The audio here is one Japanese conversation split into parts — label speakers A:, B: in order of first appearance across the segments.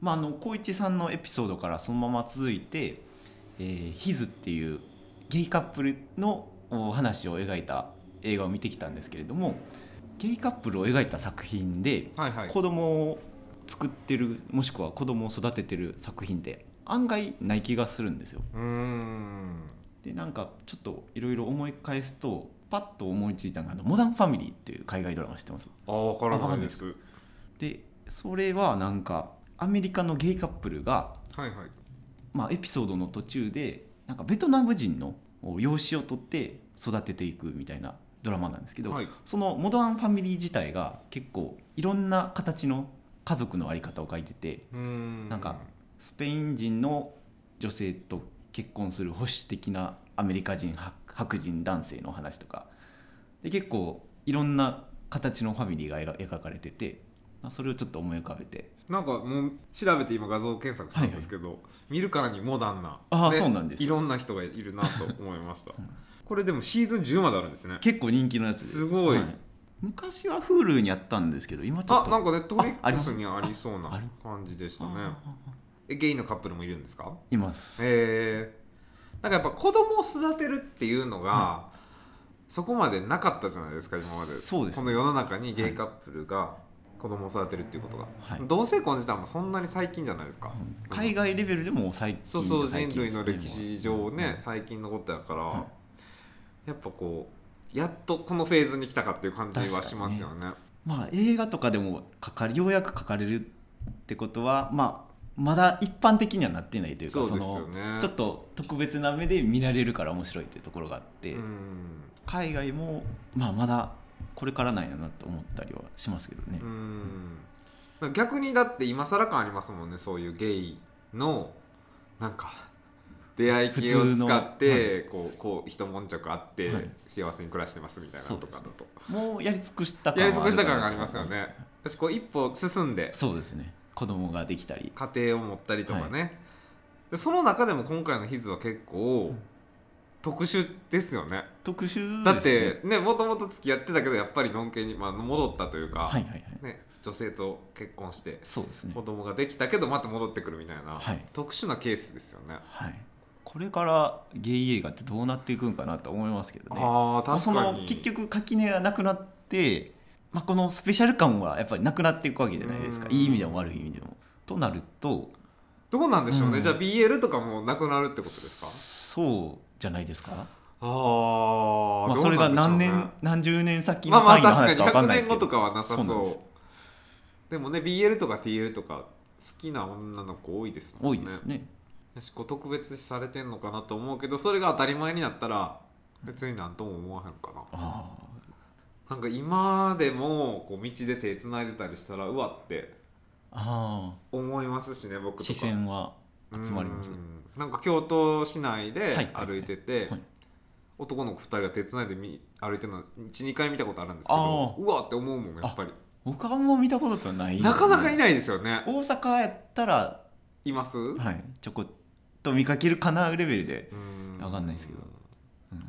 A: まあ、あの光一さんのエピソードからそのまま続いて、えーヒズっていうゲイカップルのお話を描いた映画を見てきたんですけれどもゲイカップルを描いた作品で
B: はいはい
A: 子供を作ってるもしくは子供を育ててる作品って案外ない気がするんですよ。
B: うーん
A: でなんかちょっといろいろ思い返すとパッと思いついたのがあの「モダンファミリー」っていう海外ドラマ知ってます
B: あ分からないです
A: でそれはなんかアメリカのゲイカップルが、
B: はいはい
A: まあ、エピソードの途中でなんかベトナム人の養子を取って育てていくみたいなドラマなんですけど、
B: はい
A: その「モダンファミリー」自体が結構いろんな形の家族の在り方を書いてて
B: うーん
A: なんかスペイン人の女性と結婚する保守的なアメリカ人白白人男性の話とかで結構いろんな形のファミリーが描描かれててまあそれをちょっと思い浮かべて
B: なんかもう調べて今画像検索したんですけど、見るからにモダンな
A: あー
B: ね
A: そうなんですよ
B: いろんな人がいるなと思いました、これでもシーズン10まであるんですね
A: 結構人気のやつです
B: ごい
A: 昔は Hulu にあったんですけど今ちょっ
B: あ
A: と
B: なんかネットフリ
A: ああ
B: ッ
A: り
B: ク
A: ます
B: スにありそう
A: ああ
B: な
A: る
B: 感じでしたね
A: あああ
B: えゲイのカップルもいるんですか
A: います
B: えー、なんかやっぱ子供を育てるっていうのが、
A: は
B: そこまでなかったじゃないですか今まで
A: そうですね
B: この世の中にゲイカップルが子供を育てるっていうことが、
A: はい
B: 同性婚自体もそんなに最近じゃないですか、
A: うん海外レベルでも最近
B: そうそう
A: 最
B: 人
A: 近で
B: 類
A: す
B: の
A: ね
B: 歴史上ね、
A: うん
B: 最近のことやから、
A: は
B: やっぱこうやっとこのフェーズに来たかっていう感じ
A: 確か
B: は
A: に
B: しますよね。
A: まあ、映画とかでもかかようやく書かれるってことは、まあ、まだ一般的にはなってないというか
B: そうですよね
A: のちょっと特別な目で見られるから面白いというところがあって、
B: うん
A: 海外も、まあ、まだこれからなんやなと思ったりはしますけどね。
B: うんだから逆にだって今更感ありますもんねそういうゲイのなんか出会い系を
A: 普通の
B: 使ってこうこう一悶着あって
A: はい
B: 幸せに暮らしてますみたいな
A: そ
B: と
A: うです
B: かだと、
A: もうやり尽くした
B: や
A: は
B: り尽くした
A: るか
B: 感
A: な
B: がありますよね。私こう一歩進んで
A: そうですね子供ができたり
B: 家庭を持ったりとかね、でその中でも今回のヒズは結構
A: うん
B: 特殊ですよね
A: 特殊
B: だっ
A: ですね
B: てねもともと付き合ってたけどやっぱりのんけに、まあ、戻ったというか、
A: はいはいはい
B: ね、女性と結婚して
A: そうですね
B: 子供ができたけどまた戻ってくるみたいな、
A: はい
B: 特殊なケースですよね。
A: はいこれからゲイ映画ってどうなっていくんかなと思いますけどね
B: ああ
A: まあ
B: 確
A: そ
B: か
A: の
B: に
A: 結局垣根がなくなって、まあ、このスペシャル感はやっぱりなくなっていくわけじゃないですか
B: うん
A: いい意味でも悪い意味でも。となると
B: どうなんでしょうね、
A: うん
B: じゃあ BL とかもなくなるってことですか
A: そうじゃないですか、
B: あー、
A: まあ、
B: どう
A: それが
B: な
A: 何
B: んでしょうね
A: 年、何十年先
B: ま
A: の
B: あまあ
A: 単位の話か
B: 確か
A: 分かん
B: に100
A: ないです
B: 年
A: け
B: 後
A: ど、
B: とかはなさそう
A: そうなんです
B: でもね BL とか TL とか好きな女の子多いですも
A: 多
B: んね
A: いですね
B: 私こう特別視されてんのかなと思うけどそれが当たり前になったら別になんとも思わへんかな
A: あ
B: なんか今でもこう道で手つないでたりしたらうわって
A: ああ
B: 思いますしね
A: あ
B: 僕とか
A: 視線は集まります
B: うんなんか京都市内
A: はい
B: で
A: はいはい
B: 歩いてて、
A: はい
B: 男の子2人が手つないでみ歩いてるの12回見たことあるんですけど
A: あー
B: うわって思うもんやっぱり
A: 僕はあんま見たことはない
B: なかなかい
A: ない
B: ないですよね
A: 大阪やったら、
B: います、
A: はい、ちょこっと見かけるかなレベルで、
B: うん
A: わかんないですけどうん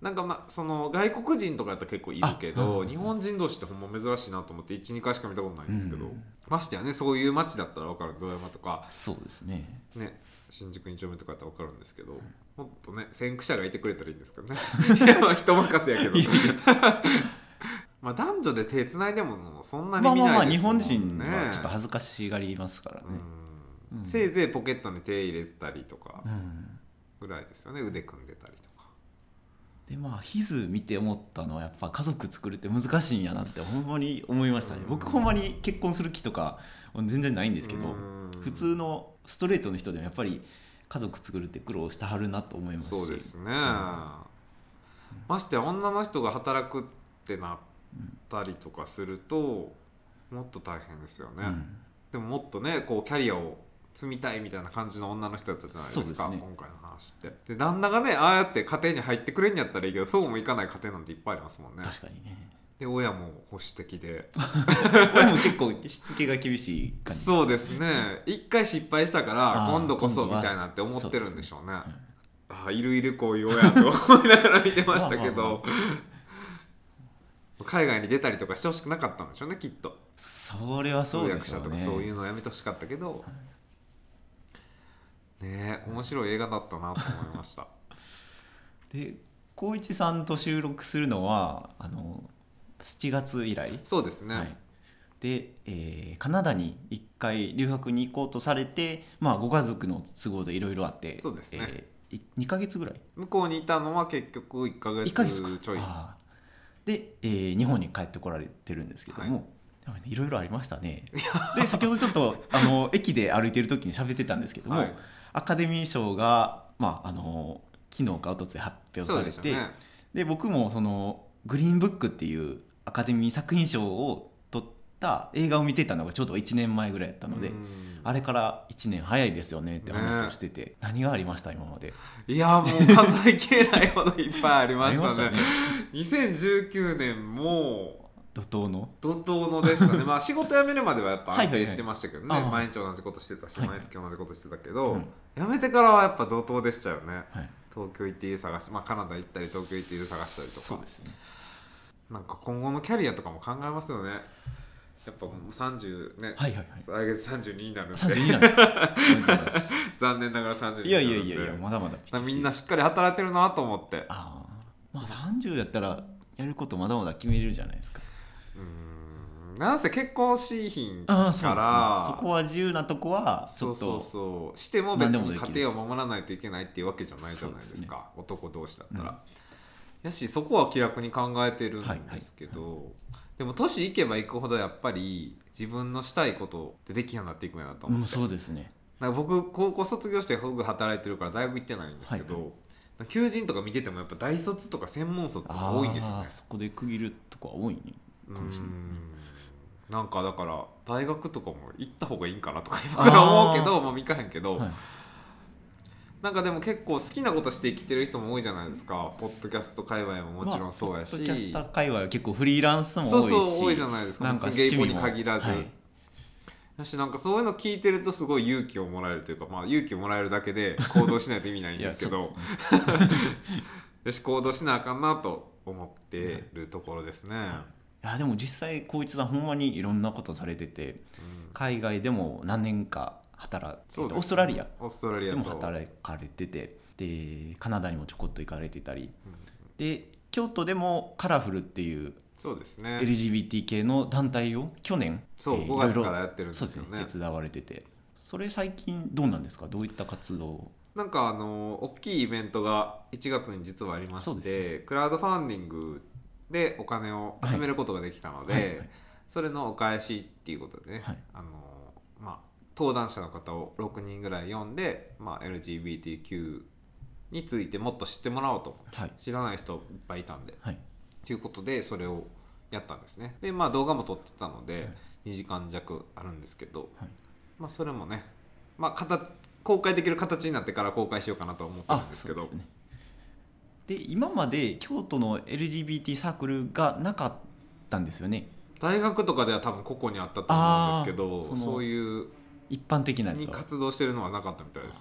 B: なんかまあその外国人とかやったら結構いるけ
A: あうんうん
B: ど、
A: うん
B: 日本人同士ってほんま珍しいなと思って12回しか見たことないんですけど、
A: うん
B: ましてやねそういう街だったら分かるドラマとか
A: そうですね
B: ね新宿2丁目とかやったら分かるんですけどもっとね先駆者がいてくれたらいいんで すけどねいやまあ人任せやけど
A: いや
B: まあ男女で手つないでもそんなに
A: まあ
B: 見
A: まあま
B: な
A: あ
B: いで
A: 日
B: すもん
A: 本
B: ね
A: 人はちょっと恥ずかしがりますからね、
B: うん
A: うん
B: せいぜいポケットに手入れたりとか
A: うん
B: ぐらいですよね腕組んでたりとか
A: でまあヒズ見て思ったのはやっぱ家族作るって難しいんやなってほんまに思いましたね
B: うん
A: 僕ほんまに結婚する気とか全然ないんで
B: です
A: けど普通のストレートの人でもやっぱり家族作るって苦労してはるなと思いますし
B: そうですね、
A: ん
B: ましてや女の人が働くってなったりとかするともっと大変ですよね、
A: うん
B: でももっとねこうキャリアを積みたいみたいな感じの女の人だったじゃないです
A: そうです
B: か
A: ね
B: 今回の話ってで旦那がねああやって家庭に入ってくれんやったらいいけどそうもいかない家庭なんていっぱいありますもんね
A: 確かにね
B: で親も保守的で
A: 俺も結構しつけが厳しい感じ
B: そうですね一回失敗したから
A: あー
B: 今度こそ
A: 今
B: み
A: 度は
B: たいなって思ってるんでしょうね
A: ですね
B: あーいるいるこういう親と思いながら見てました
A: まあまあ
B: けど海外に出たりとかしてほしくなかったんでしょうねきっと
A: それは
B: 通
A: そうで
B: 訳
A: し
B: 者
A: ょう
B: とか
A: ね
B: そういうのやめてほしかったけど、ねえ面白い映画だったなと思いました
A: で光一さんと収録するのはあの7月以来、
B: そうですね、
A: はい、で、えーカナダに1回留学に行こうとされて、まあ、ご家族の都合でいろいろあって
B: そうですね
A: え2ヶ月ぐらい
B: 向こうにいたのは結局1か
A: 1ヶ月か
B: 月ちょい
A: あーで、えー日本に帰ってこられてるんですけども、
B: はい
A: やっぱねいろいろありました ね。で先ほどちょっとあの駅で歩いてる時に喋ってたんですけども、
B: はい
A: アカデミー賞が、まあ、あの昨日か一昨日発表
B: そ
A: さ
B: うで
A: れ
B: した
A: て、
B: ね
A: で僕もそのグリーンブックっていうアカデミー作品賞を取った映画を見てたのがちょうど1年前ぐらいだったので、
B: うん
A: あれから1年早いですよねって話をしてて、何がありました今まで
B: いやもう数えきれないほどいっぱいありましたね
A: ありまし
B: 2019年も
A: 怒涛の
B: 怒涛ので したねまあ仕事辞めるまではやっぱ
A: はいは
B: 安
A: いはい
B: 定してましたけどね、
A: ああ
B: 毎日同じことしてたし、
A: はい
B: 毎月同じことしてたけど、
A: うん
B: 辞めてからはやっぱ怒涛でしたよね
A: はい
B: 東京行って家探し、まあ、カナダ行ったり東京行って家探したりと
A: そう
B: か
A: ですよね
B: なんか今後のキャリアとかも考えますよねやっぱもう30ね、
A: はいはいはい
B: 来月32になるんで
A: 32なんですありがとうございます
B: 残念ながら32
A: い
B: にな
A: や
B: るん
A: い
B: で
A: やいやいやまだまだピチピチ
B: みんなしっかり働いてるなと思って
A: あーまあ30やったらやることまだまだ決めれるじゃないですか
B: うーんなんせ結婚しいひんから
A: ああそうですねそこは自由なとこはち
B: そ
A: ょ
B: う
A: っ
B: そう
A: と
B: そうしても別に家庭を守らないといけないっていうわけじゃないじゃないで
A: そう
B: す
A: ですね
B: か男同士だったら、
A: うん
B: やしそこは気楽に考えてるんですけど、でも年いけばいくほどやっぱり自分のしたいことってできるようになっていくんやなと思
A: う
B: って、
A: んそうですね
B: なんか僕高校卒業して僕働いてるから大学行ってないんですけど、
A: はいは
B: なんか求人とか見ててもやっぱ大卒とか専門卒が多いんですよね
A: あーそこで区切るとこは多いね
B: う
A: かもしれない
B: んなんかだから大学とかも行った方がいいんかなとか今
A: あー
B: から思うけどもう行かへんけど、
A: はい
B: なんかでも結構好きなことして生きてる人も多いじゃないですかポッドキャスト界隈ももちろんそうや
A: ま
B: し、
A: あポッドキャスター界隈は結構フリーランスも多いし
B: そうそう多いじゃないですか
A: なんか
B: ゲイ
A: 趣
B: ポ
A: 味
B: に
A: も
B: 限らず、
A: はい
B: だしなんかそういうの聞いてるとすごい勇気をもらえるというか、まあ、勇気をもらえるだけで行動しないと意味ないんで すけ
A: いや
B: ど よし行動しなあかんなと思ってるところですね、
A: いやでも実際光一さんほんまにいろんなことされてて
B: うん
A: 海外でも何年か働いて
B: そうですね
A: オーストラリア
B: オーストラリ
A: で
B: アと
A: も働かれててでカナダにもちょこっと行かれてたり
B: うん
A: で京都でもカラフルっていう
B: そうですね
A: LGBT 系の団体を去年
B: そう
A: えー
B: 5
A: いろ
B: 月
A: いろ
B: からやってるんで
A: そうですす
B: よ
A: ね
B: ね
A: 手伝われててそれ最近どうなんですかどういった活動を
B: なんかあの大きいイベントが1月に実はありま
A: そ
B: し
A: う
B: て、クラウドファンディングでお金を集めることができたので、
A: はいはい
B: それのお返しっていうことでね、
A: はい
B: あのまあ、登壇者の方を6人ぐらい呼んで、まあ、LGBTQ についてもっと知ってもらおうと
A: はい
B: 知らない人いっぱいいたんで
A: はい
B: ということでそれをやったんですねでまあ動画も撮ってたの
A: は
B: で
A: い
B: 2時間弱あるんですけど、
A: はい
B: まあそれもね、まあ、形公開できる形になってから公開しようかなと思ってるんですけ
A: そ
B: ど
A: うねで今まで京都の LGBT サークルがなかったんですよね
B: 大学とかでは多分個々にあったと思うんですけ
A: あー
B: ど
A: その
B: そういう
A: 一般的なやつ
B: に
A: は
B: 活動してるのはなかったみたいです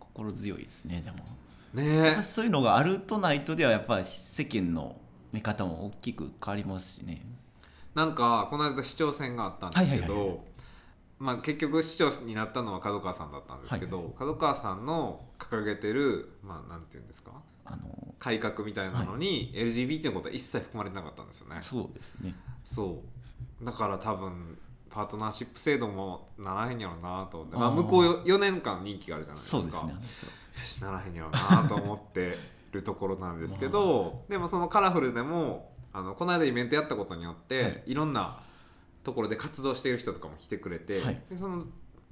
A: 心強いですねでも
B: ね。ね
A: やっぱそういうのがあるとないとではやっぱ世間の見方も大きく変わりますしね
B: なんかこの間市長選があったんですけ
A: はいはいはいは
B: どまあ結局市長になったのは角川さんだったんですけど、
A: はい
B: 角川さんの掲げてるまあなんていうんですか
A: あの
B: 改革みたいなのに LGBT のことは一切含まれてなかったんですよね。
A: そうですね
B: そうだから多分パートナーシップ制度もならへんやろなと思って、まあ、
A: あー
B: 向こうよ4年間任期があるじゃないです
A: そ
B: か
A: うですねあの人
B: よしならへんやろなと思ってるところなんですけどでもそのカラフルでもあのこの間イベントやったことによって、
A: はい
B: い、ろんなところで活動している人とかも来てくれて、
A: はい
B: でその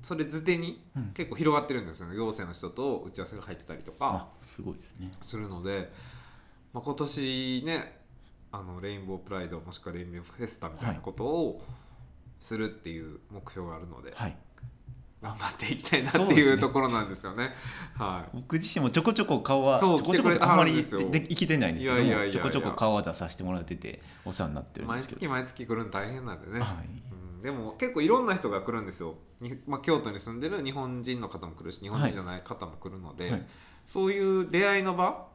B: それづてに
A: うん
B: 結構広がってるんですよね行政の人と打ち合わせが入ってたりとか。
A: あすごいですね
B: するので、まあ、今年ねあのレインボープライドもしくはレインボーフェスタみたいなことをするっていう目標があるので、
A: はい
B: 頑張っていきたいなって
A: そうで
B: い
A: す
B: う
A: ね
B: ところなんですよね。はい
A: 僕自身もちょこちょこ顔はち
B: そう
A: ょこちょこってあんまり
B: 来てくれたんですよ
A: で生きてないんですけど
B: いやいやいや
A: も
B: い
A: ち
B: や
A: ょこちょこ顔は出させてもらっててお世話になってるんで
B: 毎
A: すけ
B: 月
A: ど
B: 毎月来るの大変なんでね、
A: はい
B: うん、でも結構いろんな人が来るんですよ、にまあ、京都に住んでる日本人の方も来るし日本人じゃない方も来るので、
A: はい
B: そういう出会いの場、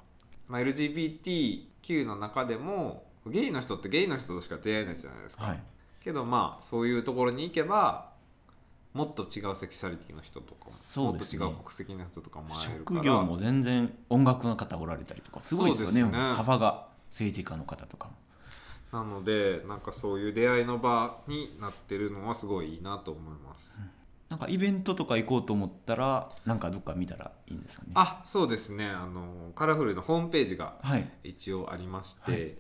B: まあ、LGBTQ の中でもゲイの人ってゲイの人としか出会えないじゃないですか、
A: はい
B: けどまあそういうところに行けばもっと違うセクシャリティの人とかも、
A: そう
B: もっ
A: で
B: と
A: す
B: 違
A: ね
B: う国籍の人とかも会えるから
A: 職業も全然音楽の方おられたりとかすごいですよね
B: そうですね
A: 幅が政治家の方とかも
B: なのでなんかそういう出会いの場になってるのはすごいいいなと思います、
A: なんかイベントとか行こうと思ったらなんかどっか見たらいいんですかね
B: あそうですねあのカラフルのホームページが
A: はい
B: 一応ありまして、
A: はい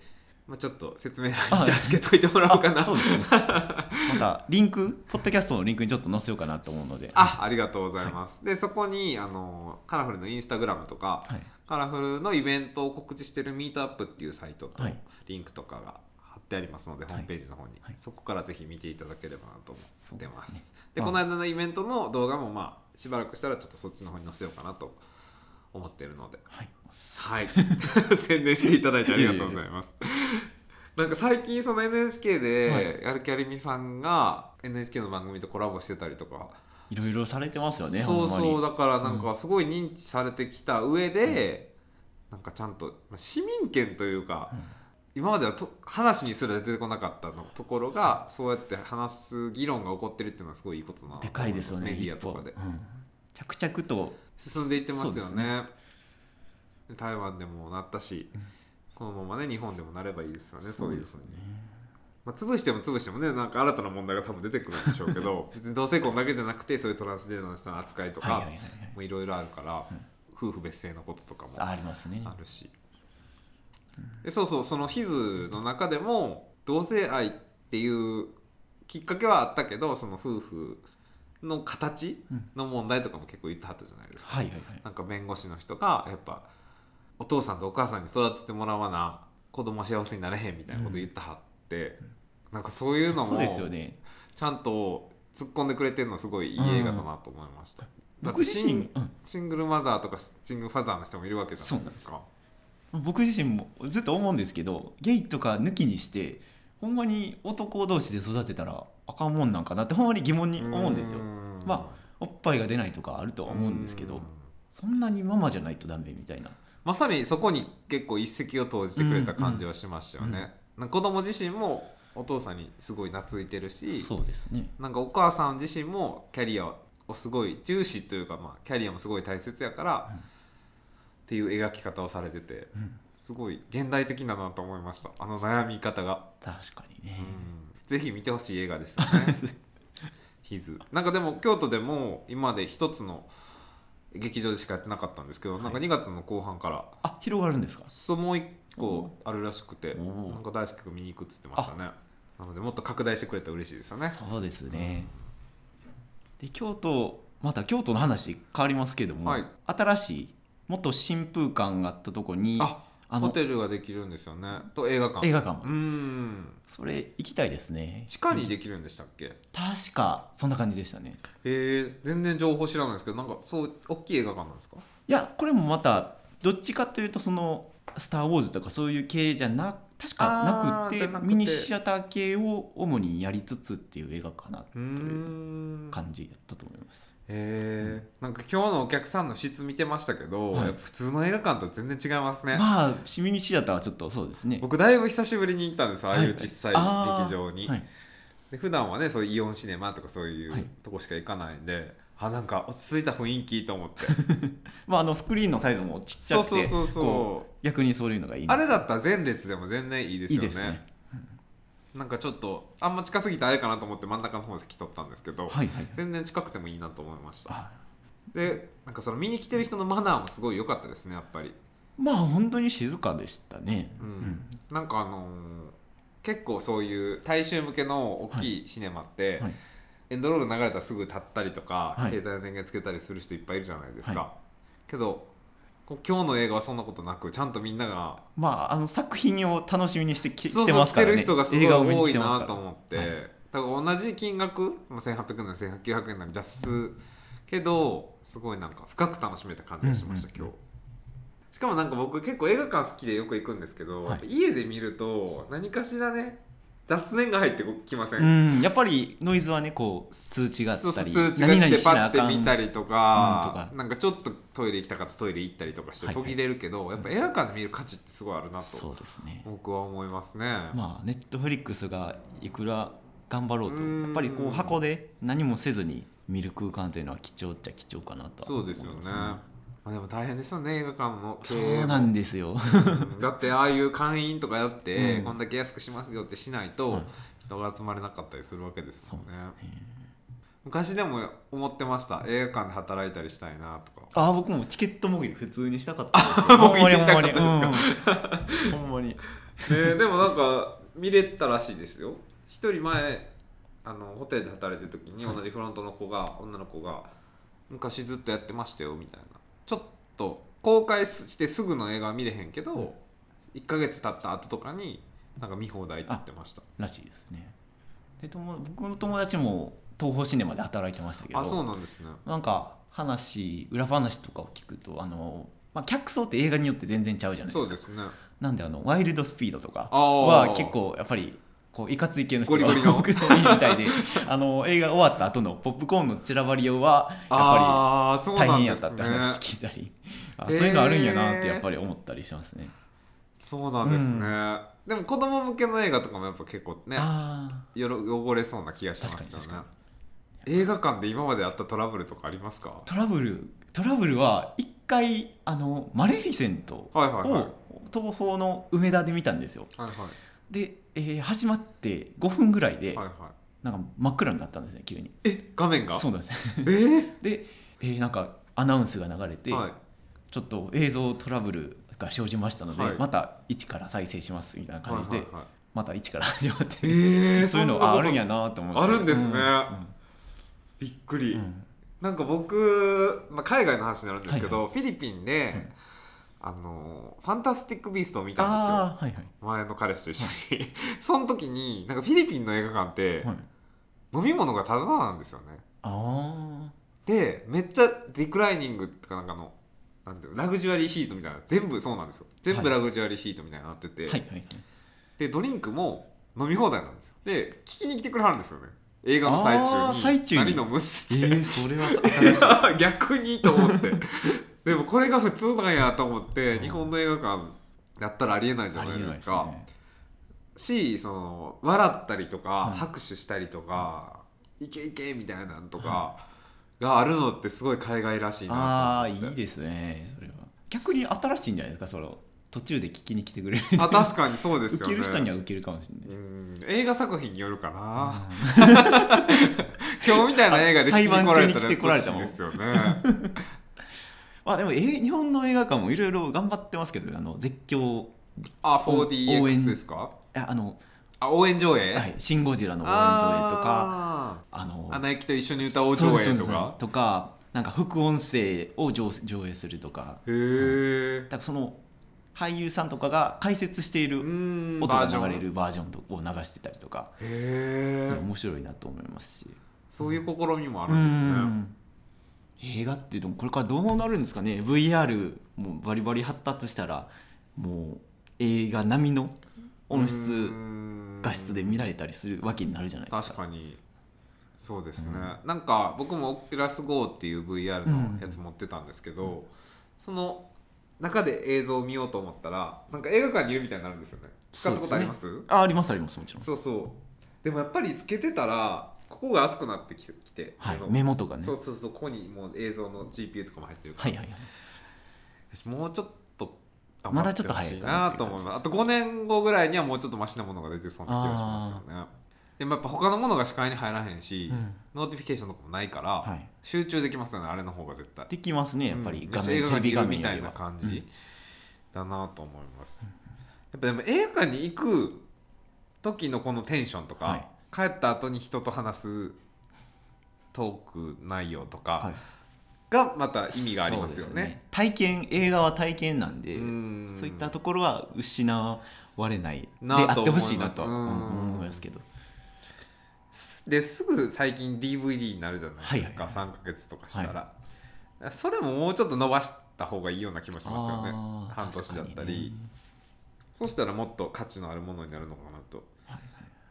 B: まあ、ちょっと説明欄にじゃあつけといてもらおうかな
A: あそうですねまたリンクポッドキャストのリンクにちょっと載せようかなと思うので
B: あありがとうございます、でそこにあのカラフルのインスタグラムとか
A: はい
B: カラフルのイベントを告知してるミートアップっていうサイトと
A: はい
B: リンクとかが貼ってありますので、
A: はい
B: ホームページの方に、
A: はい
B: そこからぜひ見ていただければなと思ってます
A: そう
B: で
A: ですまあ
B: この間のイベントの動画もまあしばらくしたらちょっとそっちの方に載せようかなと思ってるので
A: はい
B: はい 宣伝していただいてありがとうございますなんか最近その NHK
A: は
B: でやる気ありみさんが NHK の番組とコラボしてたりとか
A: いろいろされてますよね
B: そ
A: ほ
B: う
A: んまに
B: そうだからなんかすごい認知されてきた上で、なんかちゃんとまあ市民権というか、
A: うん
B: 今まではと話にすら出てこなかったのところがそうやって話す議論が起こってるっていうのはすごいいいことなの
A: でかいですよね
B: メディアとかで
A: 一歩うん着々と
B: 進んでいってます
A: そ
B: よ
A: うです
B: ね台湾でもなったし、
A: うん
B: このままね日本でもなればいいですよねそういう
A: ですよね
B: まあ、潰しても潰してもねなんか新たな問題が多分出てくるんでしょうけど 別に同性婚だけじゃなくてそういうトランスジェンダーの人の扱いと
A: はい
B: か、
A: はいはいはい
B: もういろいろあるから、
A: うん
B: 夫婦別姓のこととかも
A: あ
B: あ
A: ありますね
B: るし、でそうそうそのヒズの中でも同性愛っていうきっかけはあったけどその夫婦の形
A: うん
B: の問題とかも結構言ってはったじゃないですか、
A: はいはいはい
B: なんか弁護士の人がやっぱお父さんとお母さんに育ててもらわな子供は幸せになれへんみたいなこと言ってはって、なんかそういうの
A: そ
B: も
A: うですよね
B: ちゃんと突っ込んでくれてるのすごいいい映画だなと思いました、だっ
A: 僕
B: て
A: 自
B: シン
A: 身、うん
B: シングルマザーとかシングルファザーの人もいるわけじゃないですか。
A: 僕自身もずっと思うんですけどゲイとか抜きにしてほんまに男同士で育てたらあかんもんなんかなってほんまに疑問に思うんですよまおっぱいが出ないとかあると
B: あ
A: は思うんですけどそんなにママじゃないとダメみたいな
B: まさにそこに結構一石を投じてくれた感じはしましたよね。
A: うんうん
B: なんか子供自身もお父さんにすごい懐いてるし
A: そうですね
B: なんかお母さん自身もキャリアをすごい重視というか、まあ、キャリアもすごい大切やから、
A: うん
B: っていう描き方をされてて
A: うん
B: すごい現代的だなと思いましたあの悩み方が。
A: 確かにね
B: うんぜひ見てほしい映画です よね。ヒズなんかでも京都でも今まで一つの劇場でしかやってなかったんですけど、
A: はい
B: なんか2月の後半から
A: あ広がるんですか
B: そうもう一個あるらしくて
A: おー
B: なんか大好きくん見に行くって言ってましたねなのでもっと拡大してくれたら嬉しいですよね
A: そうですねで京都また京都の話変わりますけども、
B: はい
A: 新しいもっと新風館があったとこに
B: あ
A: あ
B: ホ
A: の
B: テルができるんですよねと映画館
A: 映画館
B: う
A: も
B: ん
A: それ行きたいですね
B: 地下にできるんでしたっけ、え
A: 確かそんな感じでしたね
B: ー全然情報知らないですけどなんかそう大きい映画館なんですか
A: いやこれもまたどっちかというとその「スター・ウォーズ」とかそういう系じゃな確かな
B: あー
A: く
B: じ
A: て
B: ゃなくて
A: ミニシアター系を主にやりつつっていう映画かな
B: うーん
A: 感じだったと思います
B: へえ、なんか今日のお客さんの質見てましたけど、
A: はい
B: やっぱ普通の映画館とは全然違いますね、
A: まあミニシアターはちょっとそうですね
B: 僕だいぶ久しぶりに行ったんですああいう小さい
A: はい
B: 劇場に、
A: はい
B: で普段はねそういうイオンシネマとかそうい
A: は
B: う
A: い
B: とこしか行かないんで、あなんか落ち着いた雰囲気と思って
A: まああのスクリーンのサイズもちっちゃ
B: そう
A: くて
B: そうそう
A: こ
B: そう
A: 逆にそういうのがいいんで
B: うあ
A: す
B: れだったら前列でも全然いいです
A: いい
B: よね
A: ですね
B: なんかちょっとあんま近すぎてあれかなと思って真ん中の方席取ったんですけど、
A: はいはい
B: 全然近くてもいいなと思いました
A: あ
B: でなんかその見に来てる人のマナーもすごい良かったですねやっぱり
A: まあ本当に静かでしたね
B: う
A: うん
B: んなんかあのー結構そういう大衆向けの大きいシネマって、
A: はい
B: エンドロール流れたらすぐ立ったりとか、
A: はい
B: 携帯の電源つけたりする人いっぱいいるじゃないですか、
A: は
B: けどこう今日の映画はそんなことなくちゃんとみんなが
A: まああの作品を楽しみにしてき
B: そう
A: 来てますからね
B: そう来てる
A: 映
B: 人
A: 画
B: が
A: を
B: す
A: 見に
B: ご
A: 来
B: い
A: て
B: 多い
A: ます
B: な
A: か
B: と
A: ら
B: 思って、
A: はい
B: だから同じ金額、まあ、1800円なり1900円なり出すけどすごいなんか深く楽しめた感じがしました、
A: うんうんうん
B: 今日しかもなんか僕結構映画館好きでよく行くんですけど、
A: はい
B: やっぱ家で見ると何かしらね雑念が入ってきません、
A: うん、やっぱりノイズはねこう通知があ
B: そう
A: っ
B: そ
A: た
B: う
A: り
B: 通知が来てパッ
A: あかん
B: て見たりとか,、
A: うんとか
B: なんかちょっとトイレ行きたかったらトイレ行ったりとかして
A: はいは
B: 途
A: い
B: 切れるけど、やっぱ映画館で見る価値ってすごいあるなと
A: そうですね
B: 僕は思いますね。
A: まあネットフリックスがいくら頑張ろうと
B: うん
A: やっぱりこう箱で何もせずに見る空間というのは貴重っちゃ貴重かなとは
B: そうですよね
A: 思い
B: ま
A: ま
B: あ、でも大変ですよね映画館の
A: すねそうなんですよ、
B: だってああいう会員とかやって、
A: うん
B: こんだけ安くしますよってしない
A: は
B: と
A: い
B: 人が集まれなかったりするわけです
A: そ
B: よ
A: う
B: ね
A: ですね
B: 昔でも思ってました映画館で働いたりしたいなとか
A: ああ僕もチケットもぎり普通にしたかった ですよ
B: もぎりしたかったですか
A: ほんまにうんほんまに
B: ででもなんか見れたらしいですよ一人前あのホテルで働いてる時に
A: はい
B: 同じフロントの子が女の子が「昔ずっとやってましたよ」みたいなちょっと公開してすぐの映画は見れへんけ
A: うん
B: ど、一1ヶ月経った後とかになんか見放題って言ってました
A: らしいですねで友僕の友達も東宝シネマで働いてましたけど
B: あそうなんですね
A: なんか話裏話とかを聞くとあの、まあ、客層って映画によって全然ちゃうじゃないで
B: そ
A: す
B: う
A: か
B: ですね
A: なんであのワイルドスピードとか
B: あ
A: は
B: ー
A: 結構やっぱりこういかつい系の人が
B: ゴリゴリの
A: 多くていいみたいであの映画終わった後のポップコーンの散らばり用はやっ
B: あーそ
A: ぱ
B: う
A: り
B: な
A: 大
B: ん
A: 変
B: で
A: や
B: す
A: ったって話
B: ね
A: 聞いたり、あ
B: へー
A: そういうのあるんやなってやっぱり思ったりしますね。
B: そうなんですね、でも子供向けの映画とかもやっぱ結構ね
A: あ
B: よろ汚れそうな気がしますよね
A: 確かに確か
B: 映画館で今まであったトラブルとかありますか
A: ートラブルトラブルは一回あのマレフィセント
B: はいはいはい
A: を東宝の梅田で見たんですよ。
B: はいはい
A: で、えー始まって5分ぐらいで、
B: はいはい
A: なんか真っ暗になったんですね急に
B: え画面が
A: そうなんです
B: えー
A: で、えーなんかアナウンスが流れて、
B: はい
A: ちょっと映像トラブルが生じましたので、
B: はい
A: また一から再生しますみたいな感じで、
B: はいはいはい
A: また一から始まって、
B: えー、
A: そういうの
B: そ
A: あ
B: なこ
A: あ
B: と
A: るんやなと思って
B: あるんですね
A: う
B: びっく
A: うん
B: り、
A: うん
B: なんか僕、まあ、海外の話になるんですけど、
A: は
B: フィリピンで、
A: はい
B: あのファンタスティック・ビーストを見たんですよ
A: ああはいはい
B: 前の彼氏と一緒に その時になんかフィリピンの映画館って、
A: はい
B: 飲み物がタダなんですよね
A: あ
B: でめっちゃデクライニングとかなんかのなんていうのラグジュアリーシートみたいな全部そうなんですよ全
A: は
B: 部
A: い
B: ラグジュアリーシートみたいになってて、
A: あはいはい
B: でドリンクも飲み放題なんですよで聞きに来てくれはるんですよね映画の最中
A: あー
B: に
A: 最中に
B: 何飲むっつ
A: え
B: って、
A: ー、それは新しい
B: 逆にと思ってでもこれが普通なんやと思って、日本の映画館だったらありえないじゃ
A: あり
B: な
A: え
B: いで
A: ない
B: す
A: です
B: か
A: ね
B: しその笑ったりとか、
A: はい
B: 拍手したりとか、いけいけみたいなんとかがあるのってすごい海外らしい
A: あ
B: な
A: あ
B: と思って
A: いいですねそれは逆に新しいんじゃないですかその途中で聞きに来てくれる
B: あ確かにそうですよね
A: 受ける人には受けるかもしれないで
B: う
A: す、
B: ん映画作品によるかな今日みたいな映画で
A: あ裁判中に
B: 聞
A: 来てこられたもん
B: やっぱしいですよね
A: まあでもえー日本の映画館もいろいろ頑張ってますけどあの絶叫い
B: あ
A: 応援
B: 4DX ですか
A: やあの、
B: あ応援上映、
A: はい、シン・ゴジラの応援上映とか
B: あ
A: あの
B: ーアナ雪と一緒に歌おう上
A: そうで
B: 映と
A: すそうです
B: か
A: とかなんか副音声を上上映するとか
B: へえ
A: だからその俳優さんとかが解説している音が流れるバージョンとを流してたりとか
B: へえ
A: 面白いなと思いますし
B: そういう試みもあるんですね、
A: うん映画ってでもこれからどうなるんですかね VR もバリバリ発達したらもう映画並みの音質画質で見られたりするわけになるじゃないです
B: 確
A: か。
B: かにそうですね、
A: う
B: なんか僕もオペラス GO っていう VR のやつ持ってたんですけど、その中で映像を見ようと思ったらなんか映画館にいるみたいになるんですよね使ったことありますそう
A: あありますありますもちろん。
B: そうでもやっぱりつけてたらここが熱くなってきてきて、
A: はい
B: あ、の
A: メモとかね。
B: そうそうそうここにもう映像の GPU とかも入ってるから、
A: はいはいはい。
B: よしもうちょっと
A: まだちょっと早いかな
B: 頑張ってほしいなと思いますあと5年後ぐらいにはもうちょっとマシなものが出てそうな気がしますよねでもやっぱ他のものが視界に入らへんし、
A: うん
B: ノーティフィケーションとかもないから、
A: はい、
B: 集中できますよねあれの方が絶対
A: できますねやっぱ
B: う
A: り
B: ん
A: 画
B: 映
A: 面、テレ
B: 画館にい
A: ビ
B: る
A: 画
B: み
A: 面
B: た
A: よ
B: い
A: り
B: な
A: は。
B: 感じだなと思います、やっぱでも映画館に行く時のこのテンションとか、
A: はい
B: 帰った後に人と話すトーク内容と
A: は
B: か
A: い
B: がまた意味がありますよ
A: そうで
B: ね。
A: 体験映画は体験なんで、
B: うん
A: そういったところは失われないで
B: なあ
A: あ
B: と
A: ってほしいなとは
B: 思います
A: うん
B: うん
A: 思いますけど。
B: ですぐ最近 DVD になるじゃないですか、
A: はいはい
B: 3ヶ月とかしたら、それももうちょっと伸ばした方がいいような気もしますよね
A: あー
B: 半年だった
A: 確かに
B: り、
A: ね
B: そしたらもっと価値のあるものになるのかなと
A: はいはい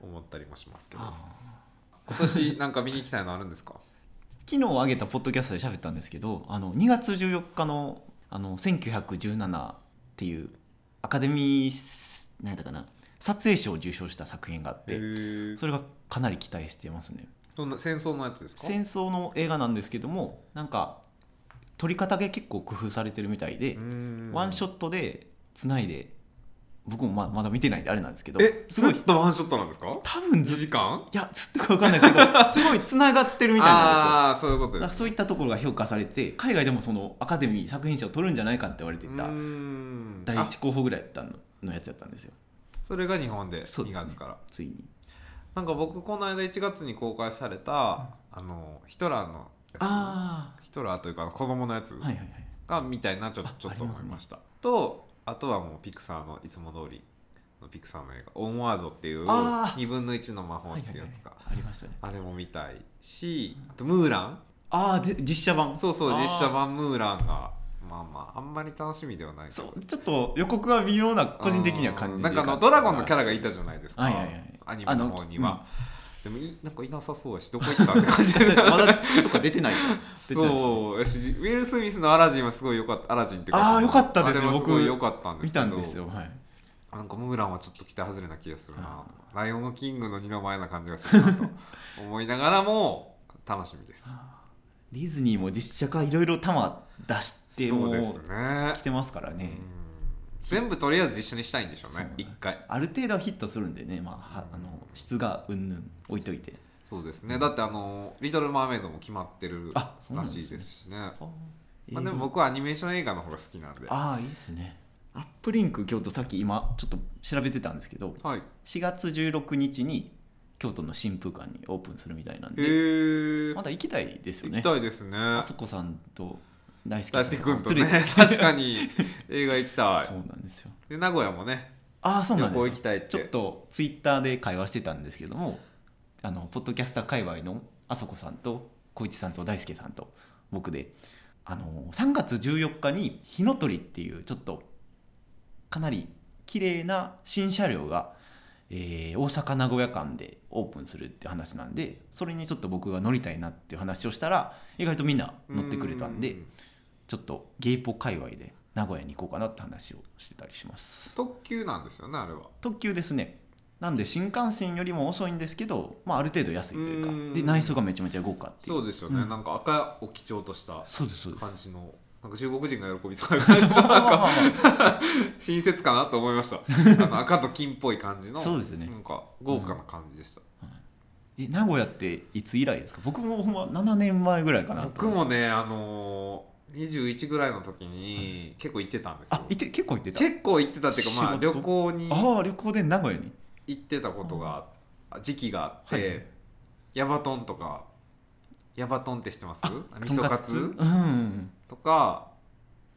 B: 思ったりもしますけど
A: あ
B: 今年なんか見に行きたいのある んですか
A: ー昨日上げたポッドキャストで喋ったんですけどあの2月14日のあの1917っていうアカデミー何だかな撮影賞を受賞した作品があっ
B: へ
A: て
B: ー
A: それがかなり期待してますね
B: そんな戦争のやつですか
A: 戦争の映画なんですけどもなんか撮り方が結構工夫されてるみたいで、ワンシ
B: ョッ
A: ョットでつないで僕もままだ見てないんであれなんですけど
B: え
A: す
B: す
A: ご
B: ご
A: い
B: いずっとワンショットなんですか
A: 多分ず
B: 2
A: っとい
B: 時間
A: やずっとか分かんないですけ どすごいつながってるみたいなんですよ
B: ああーそういうこ
A: だ
B: と
A: か
B: で
A: ら
B: す
A: そういったところが評価されて海外でもそのアカデミー作品賞を取るんじゃないかって言われていうた
B: ーん
A: 第
B: あ
A: 一候補ぐらいだったののやつやったんですよ
B: それが日本で
A: そうで
B: 2
A: すね
B: 月から、
A: ついに
B: なんか僕この間1月に公開された、あのヒトラーのやつ
A: あ
B: ヒトラーというか子供のやつ
A: あはいはいはい
B: がみたいなちょ,、
A: あ
B: ちょっと
A: あります
B: 思
A: ね
B: いましたとあとはもうピクサーのいつも通りのピクサーの映画「オンワード」っていう
A: あー
B: 2分の1の魔法
A: は
B: っ
A: いは
B: て
A: い
B: いう
A: は
B: や
A: い
B: つか、
A: ありましたね
B: あれも見たいしあと「ムーラン
A: ああで実写」版
B: そうそう
A: あー
B: 実写版「ムーランが」まあまああんまり楽しみではないけど
A: そうちょっと予告は微妙な個人的には感じ
B: なんかあのドラゴンのキャラがいたじゃないですか、
A: はいはいはい
B: アニメの方に
A: あ、
B: はでもいなんかいなさそうやしどこ行ったって感じで
A: まだ そっか出てないか出てないですね
B: そうやしウィル・スミスのアラジンはすごい良かったアラジンっていう
A: あー良かったですね
B: あれはすご
A: 僕
B: い良かったんで
A: 見
B: すけ
A: た
B: ど
A: んですよはい
B: なんかムーランはちょっと期待外れな気がするな
A: あ
B: ライオンのキングの二の前な感じがするなと思いながらも楽しみです
A: ディズニーも実写化いろいろ弾出して
B: そう
A: も
B: で
A: う
B: すね
A: 来てますから
B: う
A: ね
B: ん全部とりあえず実写にしたいんでしょう
A: そう
B: ね一回
A: ある程度はヒットするんでねまあはあの質がうんぬん置いといて
B: そうですねだってあの「リトル・マーメイド」も決まってる
A: あそうな
B: ら
A: んです
B: し
A: ね
B: いですしね
A: あー
B: まあ、でも僕はアニメーション映画の方が好きなんで
A: ああいいですねアップリンク京都さっき今ちょっと調べてたんですけど
B: はいへ
A: 4月16日に京都の新風館にオープンするみたいなんで
B: え、
A: また行きたいですよ
B: 行
A: ね
B: きたいですね
A: あそこさんと大輔
B: 大
A: さん
B: 輔君と
A: 連れ
B: ね
A: て
B: 確かに映画行きた
A: そう
B: い
A: なんですよ
B: で名古屋もね
A: ああそう
B: 旅
A: なん
B: 行
A: で
B: 行き
A: す
B: たいっ
A: ちょってとツイッターで会話してたんですけどもあのポッドキャスター界隈のあそこさんと小市さんと大輔さんと僕であの3月14日に火の鳥っていうちょっとかなり綺麗な新車両が、えー大阪名古屋間でオープンするって話なんでそれにちょっと僕が乗りたいなっていう話をしたら意外とみんな乗ってくれたんで
B: う
A: ちょっとゲイポ界隈で名古屋に行こうかなって話をしてたりします。
B: 特急なんですよねあれは
A: 特急ですねなんで新幹線よりも遅いんですけど、まあ、ある程度安いという
B: う
A: か
B: ん
A: で内装がめちゃめちゃ豪華っていう
B: そうですよね、
A: うん
B: なんか赤を基調とした
A: そうですそうです
B: 感じのなんか中国人が喜びそうな感じの
A: まあ
B: なん
A: まあ
B: か
A: まあま
B: 親切かなと思いましたあの赤と金っぽい感じの
A: あそうですね
B: なんか豪華な感じでした、
A: え名古屋っていつ以来ですか僕もほんま7年前ぐらいかなと
B: 僕
A: 思
B: も
A: うんで
B: ねあのー、21ぐらいの時に結構行ってたんです
A: すよ
B: よ
A: あ、いて結構行ってた
B: 結構行ってたっていうかまあ
A: 仕事
B: 旅行に
A: ああ旅行で名古屋に
B: 行ってたことがあ時期があって、
A: はい
B: ヤバトンとかヤバトンって知ってます
A: あ
B: 味噌
A: と
B: カツ
A: んかつうんうんうん
B: とか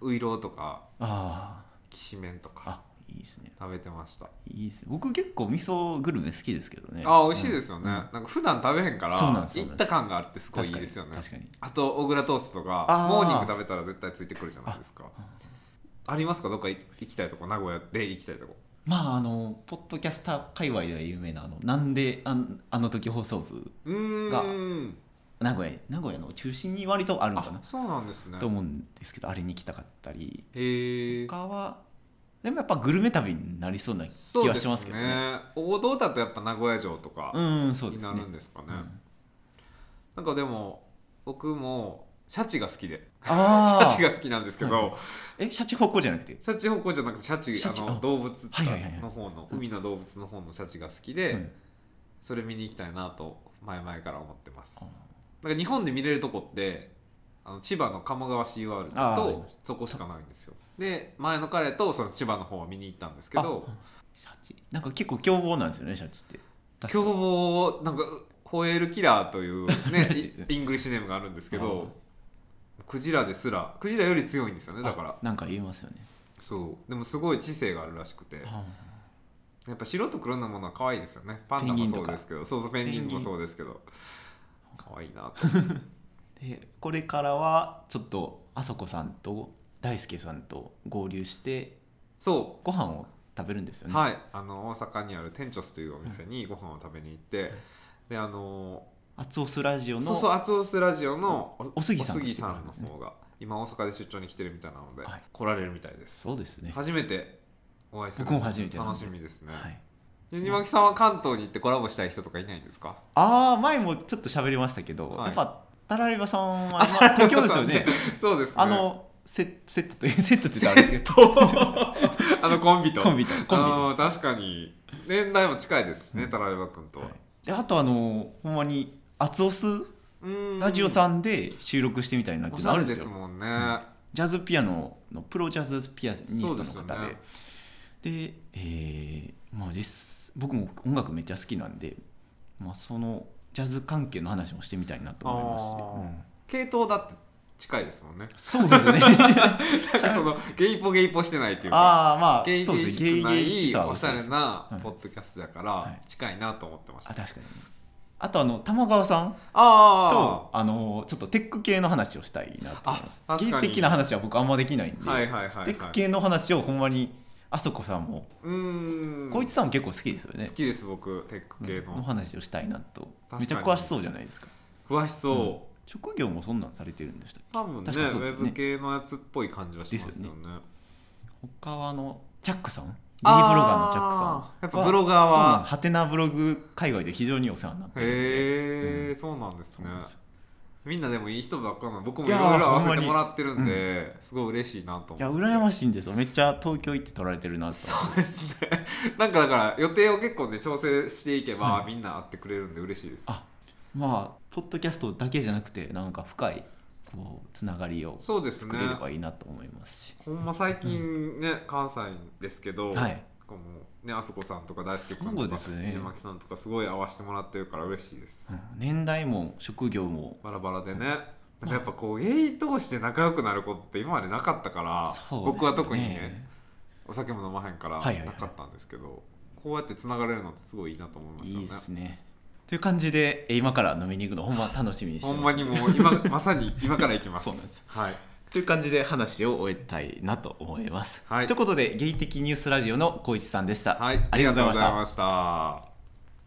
B: ういろうとか
A: あ
B: きしめんと
A: ああ
B: か
A: いいですね
B: 食べてました
A: いいです僕結構味噌グルメ好きですけどね
B: あ美味しいですよね、
A: うん
B: なんか普段食べへんから
A: そうなんです
B: 行った感があるってすごい
A: 確
B: いい
A: かに
B: ですよね
A: 確かに
B: あと小倉トーストとか
A: あー
B: モーニング食べたら絶対ついてくるじゃないですか
A: あ
B: ありますかどっか行きたいとこ名古屋で行きたいとこ
A: まああのポッドキャスター界隈では有名なあのなんであんあの時放送部
B: うーん
A: 名古屋名古屋の中心に割とあるのか
B: あ
A: な
B: そうなんですね
A: と思うんですけどあれに行きたかったり
B: へえ
A: 他はでもやっぱグルメ旅になりそうな気はしますけどね
B: 王道だとやっぱ名古屋城とか
A: うんそうで
B: に
A: す
B: な
A: ね
B: るんですかね、
A: うん
B: なんかでも僕もシャチが好きでシ
A: あ
B: ャチ
A: あ
B: が好きなんですけど、
A: はいえシャチ方向じゃなくて
B: シャチ方向じゃなくてシャチ
A: シャチ
B: あの
A: あ
B: 動物とか
A: はいはいはいはい
B: の方の海の動物の方のシャチが好きで、
A: うん
B: それ見に行きたいなと前々から思ってます
A: あー
B: なんか日本で見れるとこってあの千葉の鴨川シーワール
A: あー
B: ド
A: わかり
B: と
A: まし
B: そこしかないんですよで前の彼とその千葉の方を見に行ったんですけど
A: あうんシャチなんか結構凶暴なんですよねシャチって確か
B: 凶暴なんかホエールキラーという ね
A: らしいですね
B: イングリッシュネームがあるんですけどクジラですらクジラより強いんですよねだから
A: あなんか言いますよね
B: そうでもすごい知性があるらしくて
A: あ
B: やっぱ白と黒のものは可愛いですよねパンダもそうですけどそうそうペンギン
A: ペンギ
B: も
A: ン
B: そうですけど可愛いなと
A: ーでこれからはちょっとあそこさんと大輔さんと合流して
B: そ
A: ご飯を食べるんですよ
B: う
A: ね
B: はいあの大阪にあるテンチョスというお店にご飯を食べに行ってであの
A: アツオスラジオの
B: そうそうアツオスラジオの
A: お杉さん
B: お
A: が来てくれ
B: さ
A: た
B: ん
A: んで
B: の
A: すね
B: 方が今大阪で出張に来てるみたいなので
A: はい
B: 来られるみたいです
A: そうですね
B: 初めてお会いする
A: 僕も初めてなんで
B: 楽しみですね、
A: はい、
B: ねじまきさんは関東に行ってコラボしたい人とかいないんで すか
A: ああ前もちょっと喋りましたけど、
B: はい
A: やっぱタラリバさん は今東京ですよね
B: そうですね
A: あのセセットという セットって言ったらあれですけど
B: あのコンビと
A: コンビとコンビと
B: あー確かに年代も近いですしね、
A: うん
B: タラレバ君とは、
A: であとあのほんまに「アツオス
B: うーん
A: ラジオさん」で収録してみたいなってい
B: お
A: う
B: し
A: のあ
B: ゃ
A: る
B: れ
A: んで
B: ですす
A: よ
B: もんね、
A: ジャズピアノのプロジャズピアニストの
B: そうです
A: 方
B: よ
A: で
B: ね
A: で,、えーまあ、実僕も音楽めっちゃ好きなんで、まあ、そのジャズ関係の話もしてみたいなと思いますし、
B: 系統だって近いですも んね
A: うんそうですね
B: なんかそのゲイポゲイポしてないっていうか
A: ああまあ
B: ゲイ
A: そ
B: ゲ
A: う
B: イ
A: ですねゲ
B: し
A: イ
B: くな
A: ゲイし
B: い
A: さ
B: お
A: を
B: しゃれな
A: はい
B: ポッドキャストだか
A: は
B: ら
A: い
B: 近いなと思ってました、
A: あ確かにあとあの玉川さんと
B: あ
A: あのちょっとテック系の話をしたいなと思います
B: あ確
A: ゲイ
B: かに
A: 的な話は僕あんまできないんで、
B: あはいはいはい、はい、
A: テック系の話をほんまにあそこさんも、
B: うーん
A: こいつさんも結構好きですよね
B: 好きです僕テック系の、
A: の話をしたいなと
B: かに
A: めちゃ詳しそうじゃないですか
B: 詳しそう、
A: うん職業もそんなんされてるんでしたっけ
B: 多分ね
A: 確かそう
B: ウ
A: です
B: ェ
A: ね
B: ブ系のやつっぽい感じはしますよね
A: ですよ他はあのチャックさんゲイブ
B: ブ
A: ロガーのチャックさん
B: やっぱブロガー
A: そうなん
B: は
A: ハテナブログ界隈で非常にお世話になってるんで
B: へえ、
A: うん
B: そうなんです
A: そう
B: ね
A: なんですよ
B: みんなでもいい人ばっかなの僕もい
A: い
B: ろ
A: や
B: い
A: ー
B: ろ合わせてもらってるんで、すごい嬉しいなと思って
A: いや羨ましいんですよめっちゃ東京行って撮られてるなと
B: そうですね なんかだから予定を結構ね調整していけば、
A: は
B: みんな会ってくれるんで嬉しいです
A: あまあポッドキャストだけじゃなくてなんか深いこうつながりを
B: そうですね
A: 作れればいいなと思いますし、
B: ほんま最近ね、関西ですけど、
A: はい
B: このねあそこさんとか大輔君と
A: そう
B: か
A: ですね
B: 藤巻さんとかすごい合わせてもらってるから嬉しいです、
A: うん年代も職業も
B: バラバラでね、なんかやっぱこうゲイ通して仲良くなることって今までなかったから、
A: そうですね
B: 僕は特にねお酒も飲まへんから
A: はいはいはい
B: なかったんですけど、こうやってつながれるのってすごいいいなと思いますよね
A: いいですねという感じでえー今から飲みに行くのほんま楽しみにして
B: ほ
A: ます
B: んまにもう今まさに今から行きます
A: そうなんです
B: はい
A: という感じで話を終えたいなと思います、
B: はい
A: ということでゲイ的ニュースラジオの小市さんでした、
B: はい、
A: ありがとうございました
B: ありがとうございました